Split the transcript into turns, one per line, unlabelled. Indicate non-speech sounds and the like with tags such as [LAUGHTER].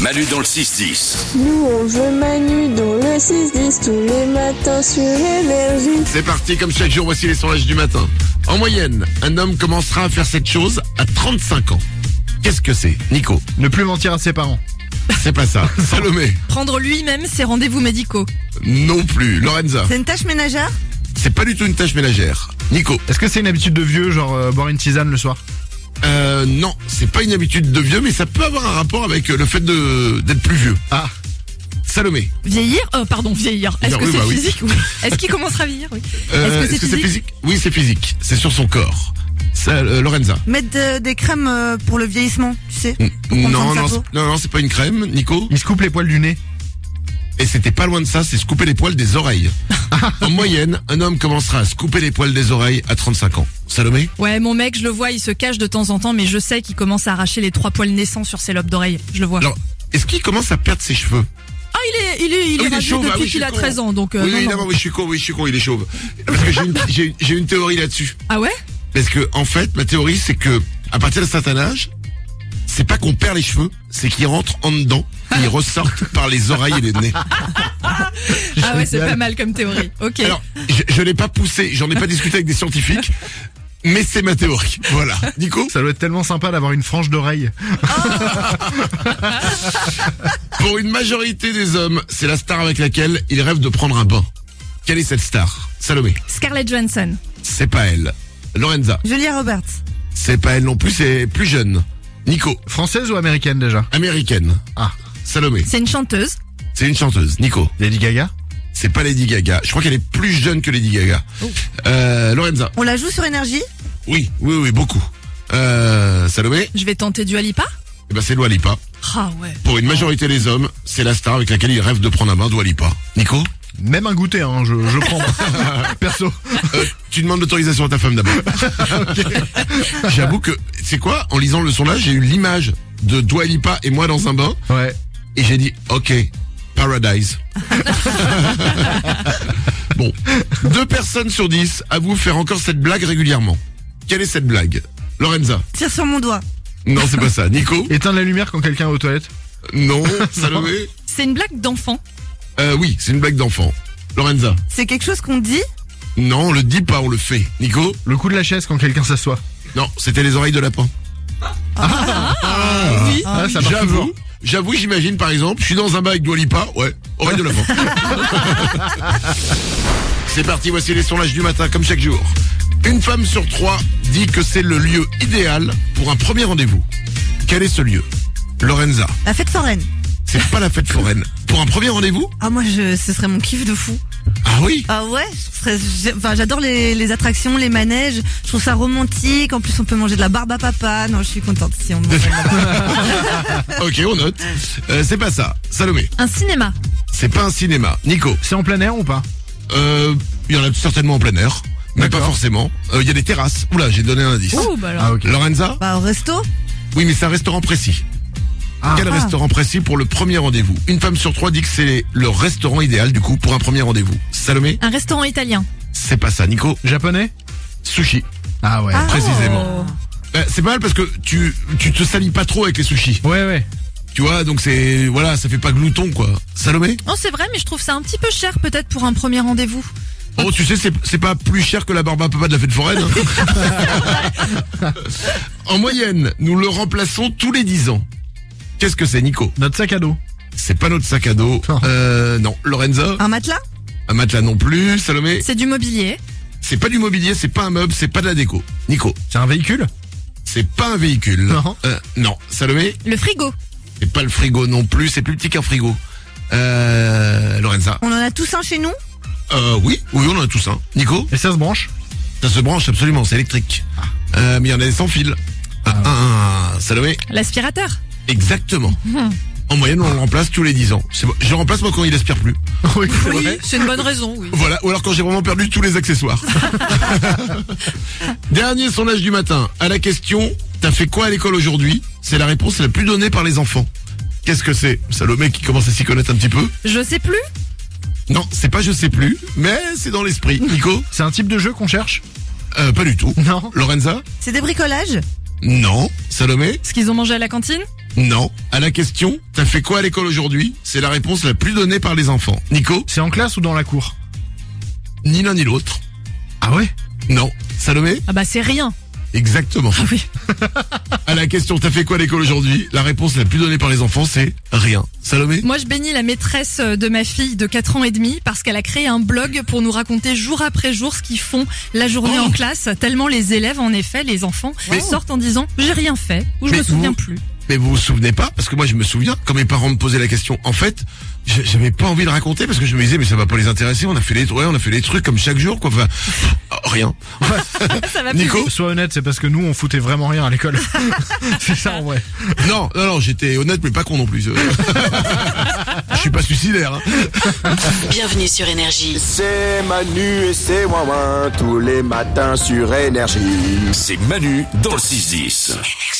Manu dans le 6-10.
Nous on veut Manu dans le 6-10 tous les matins sur Énergie.
C'est parti, comme chaque jour, voici les sondages du matin. En moyenne, un homme commencera à faire cette chose à 35 ans. Qu'est-ce que c'est,
[LAUGHS]
Nico
Ne plus mentir à ses parents.
C'est pas ça. Salomé
Prendre lui-même ses rendez-vous médicaux.
Non plus. Lorenza
C'est une tâche ménagère
C'est pas du tout une tâche ménagère. Nico
Est-ce que c'est une habitude de vieux, genre euh, boire une tisane le soir
Euh, non, c'est pas une habitude de vieux, mais ça peut avoir un rapport avec euh, le fait de d'être plus vieux.
Ah,
Salomé
Vieillir euh, Pardon, vieillir. Est-ce
Vieillir,
que
oui,
c'est
bah oui.
physique
[LAUGHS]
Oui. Est-ce qu'il commencera à vieillir Oui.
euh,
Est-ce que c'est physique
Oui, c'est physique. C'est sur son corps. Ça, euh, Lorenza
Mettre de- des crèmes euh, pour le vieillissement, tu sais.
Mm.
prendre
Non,
soin de sa
non,
peau.
c'est- non, non, c'est pas une crème, Nico.
il se coupe les poils du nez.
Et c'était pas loin de ça, c'est se couper les poils des
[LAUGHS]
oreilles. en moyenne, un homme commencera à se couper les poils des oreilles à 35 ans. Salomé
Ouais, mon mec, je le vois, il se cache de temps en temps, mais je sais qu'il commence à arracher les trois poils naissants sur ses lobes d'oreilles. Je le vois.
Alors, est-ce qu'il commence à perdre ses cheveux
Ah, il est, il est, il
Ah
est,
oui, il est
rasé
chauve, ah
depuis
oui, je suis
qu'il a
con.
13 ans, donc. euh,
Oui,
non, non.
évidemment, oui, je suis con, oui, je suis con, il est chauve. Parce que j'ai
[LAUGHS]
une, j'ai- j'ai une théorie là-dessus.
Ah ouais
Parce que, en fait, ma théorie, c'est que, à partir d'un certain âge, c'est pas qu'on perd les cheveux, c'est qu'ils rentrent en dedans, et
[LAUGHS]
ils ressortent par les oreilles et les nez.
Ah ouais, c'est pas mal
[LAUGHS]
comme théorie. Ok.
Alors, je, je l'ai pas poussé, j'en ai pas discuté avec des scientifiques, mais c'est ma théorie. Voilà. Nico,
Ça doit être tellement sympa d'avoir une frange d'oreille.
pour une majorité des hommes, c'est la star avec laquelle ils rêvent de prendre un bain. Quelle est cette star Salomé,
Scarlett Johansson.
c'est pas elle. Lorenza,
Julia Roberts.
c'est pas elle non plus, c'est plus jeune. Nico,
Française ou américaine déjà
américaine.
Ah,
Salomé,
C'est une chanteuse.
c'est une chanteuse. Nico,
Lady Gaga
C'est pas Lady Gaga. Je crois qu'elle est plus jeune que Lady Gaga. Euh, Lorenza.
On la joue sur énergie
Oui, oui, oui, beaucoup. Euh, Salomé.
Je vais tenter du Alipa
Eh ben, c'est Dwalipa.
Ah ouais.
Pour une majorité des hommes, c'est la star avec laquelle ils rêvent de prendre un bain, Dwalipa. Nico.
Même un goûter, hein, je, je prends. [LAUGHS] Perso.
Euh, tu demandes l'autorisation à ta femme d'abord. J'avoue que, c'est quoi? En lisant le sondage, j'ai eu l'image de Dwalipa et moi dans un bain,
Ouais.
et j'ai dit, ok, paradise. bon. Deux personnes sur dix avouent faire encore cette blague régulièrement. Quelle est cette blague? Lorenza.
Tire sur mon doigt.
Non, c'est pas ça. Nico
Éteindre la lumière quand quelqu'un est aux toilettes.
Non. Salomé
C'est une blague d'enfant.
euh, Oui, c'est une blague d'enfant. Lorenza
C'est quelque chose qu'on dit
Non, on le dit pas, on le fait. Nico
Le coup de la chaise quand quelqu'un s'assoit.
Non, c'était les oreilles de lapin.
oui.
Ah, ça marche
J'avoue. J'avoue, j'imagine par exemple, je suis dans un bain avec Dwalipa, ouais, oreilles de
[LAUGHS]
lapin. c'est parti, voici les sondages du matin, comme chaque jour. Une femme sur trois dit que c'est le lieu idéal pour un premier rendez-vous. Quel est ce lieu Lorenza,
La fête foraine.
c'est pas la fête foraine. Pour un premier rendez-vous
Ah moi je, ce serait mon kiff de fou.
Ah oui
Ah ouais, je serais- j'ai- enfin j'adore les, les attractions, les manèges. Je trouve ça romantique. En plus on peut manger de la barbe à papa. Non je suis contente si on mange. de la barbe.
Ok, on note. Euh, c'est pas ça. Salomé.
Un cinéma.
C'est pas un cinéma. Nico,
C'est en plein air ou pas
euh, il y en a certainement en plein air, mais pas
D'accord.
forcément. Euh, Il y a des terrasses. Oula, j'ai donné un indice.
Oh, bah alors.
Ah, ok.
Lorenza
Bah au resto.
Oui, mais c'est un restaurant précis.
Ah.
Quel restaurant précis pour le premier rendez-vous Une femme sur trois dit que c'est le restaurant idéal du coup pour un premier rendez-vous. Salomé
Un restaurant italien.
C'est pas ça. Nico
Japonais
Sushi,
Ah ouais.
précisément.
Oh.
Euh, c'est pas mal parce que tu, tu te salis pas trop avec les sushis.
Ouais, ouais.
Tu vois, donc c'est... Voilà, ça fait pas glouton quoi. Salomé
Oh, c'est vrai, mais je trouve ça un petit peu cher peut-être pour un premier rendez-vous.
Oh, tu sais, c'est- c'est pas plus cher que la barbe à papa de la fête foraine. hein. [LAUGHS] en moyenne, nous le remplaçons tous les 10 ans. Qu'est-ce que c'est, Nico
Notre sac à dos.
C'est pas notre sac à dos.
Non.
Euh, non. Lorenza
Un matelas.
Un matelas non plus. Salomé
C'est du mobilier.
C'est pas du mobilier, c'est pas un meuble, c'est pas de la déco. Nico
C'est un véhicule
C'est pas un véhicule.
Non.
Euh, non. Salomé
Le frigo.
C'est pas le frigo non plus, c'est plus petit qu'un frigo. Euh, Lorenza
On en a tous un chez nous.
Euh, oui, oui, on en a tous un. Nico
Et ça se branche
Ça se branche absolument, c'est électrique. Euh, mais il y en a des sans fil. Ah, ah, ah, Salomé
L'aspirateur.
Exactement. En moyenne, on le remplace tous les 10 ans. C'est bon. Je le remplace moi quand il aspire plus.
[LAUGHS] Oui, c'est
Oui,
vrai.
c'est une bonne raison, oui.
Voilà. Ou alors quand j'ai vraiment perdu tous les
[LAUGHS]
accessoires. Dernier sondage du matin. À la question, t'as fait quoi à l'école aujourd'hui C'est la réponse la plus donnée par les enfants. Qu'est-ce que c'est Salomé qui commence à s'y connaître un petit peu.
Je sais plus.
Non, c'est pas je sais plus, mais c'est dans l'esprit. Nico
C'est un type de jeu qu'on cherche
Euh, Pas du tout.
Non.
Lorenza
C'est des bricolages.
Non. Salomé
Ce qu'ils ont mangé à la cantine
Non. À la question, t'as fait quoi à l'école aujourd'hui C'est la réponse la plus donnée par les enfants. Nico
C'est en classe ou dans la cour
Ni l'un ni l'autre.
Ah ouais
Non. Salomé
Ah bah c'est rien.
Exactement.
Ah oui.
À la question, t'as fait quoi à l'école aujourd'hui La réponse la plus donnée par les enfants, c'est rien. Salomé
Moi, je bénis la maîtresse de ma fille de 4 ans et demi parce qu'elle a créé un blog pour nous raconter jour après jour ce qu'ils font la journée
Oh.
en classe. Tellement les élèves, en effet, les enfants
Mais-
sortent en disant j'ai rien fait ou je
Mais
me souviens
vous-
plus.
Mais vous vous souvenez pas Parce que moi, je me souviens, quand mes parents me posaient la question, en fait, je- j'avais pas envie de raconter parce que je me disais, mais ça va pas les intéresser, on a fait les, ouais, on a fait les trucs comme chaque jour, quoi. Enfin, oh, rien.
[LAUGHS] Ça va plus
Nico
Sois honnête, c'est parce que nous, on foutait vraiment rien à [LAUGHS] l'école. c'est ça, en vrai.
Non, non, non, j'étais honnête, mais pas con non
[LAUGHS]
plus. Euh, Je suis pas suicidaire. hein.
Bienvenue sur Énergie.
C'est Manu et c'est Wawan tous les matins sur Énergie.
C'est Manu dans le 6-10.